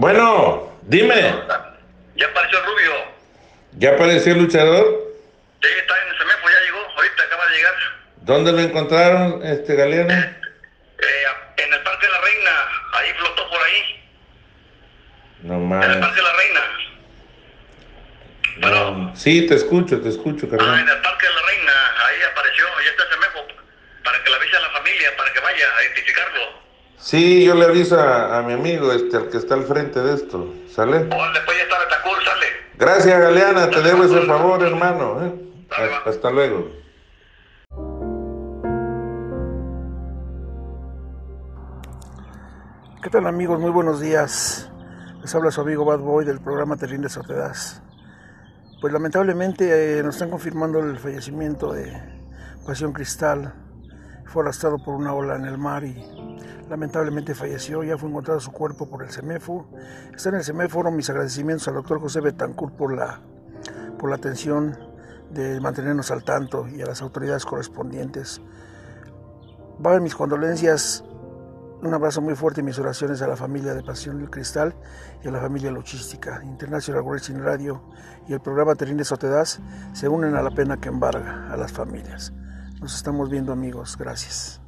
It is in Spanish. Bueno, dime, Ya apareció el rubio. ¿ya apareció el luchador? Sí, está en el semejo, ya llegó. Ahorita acaba de llegar. ¿Dónde lo encontraron, este Galeano? Eh, en el Parque de la Reina. Ahí flotó por ahí. No En el mames. Parque de la Reina. Bueno. Sí, te escucho, te escucho, Ah, en carnal. el Parque de la Reina. Ahí apareció. Ya está el semejo. Para que le avise a la familia, para que vaya a identificarlo. Sí, yo le aviso a, a mi amigo, este, al que está al frente de esto, ¿sale? O después ya está Betacur, sale. Gracias, Galeana, te debo ese favor, hermano. ¿eh? Ha- Hasta luego. ¿Qué tal amigos? Muy buenos días. Les habla su amigo Bad Boy del programa Te Rindes o Te Das. Pues lamentablemente eh, nos están confirmando el fallecimiento de Pasión Cristal. Fue arrastrado por una ola en el mar y lamentablemente falleció. Ya fue encontrado su cuerpo por el CEMEFO. Está en el CEMEFO. Mis agradecimientos al doctor José Betancourt por la, por la atención de mantenernos al tanto y a las autoridades correspondientes. Va mis condolencias un abrazo muy fuerte y mis oraciones a la familia de Pasión del Cristal y a la familia luchística. International Wrestling Radio y el programa Terines Otedaz se unen a la pena que embarga a las familias. Nos estamos viendo amigos. Gracias.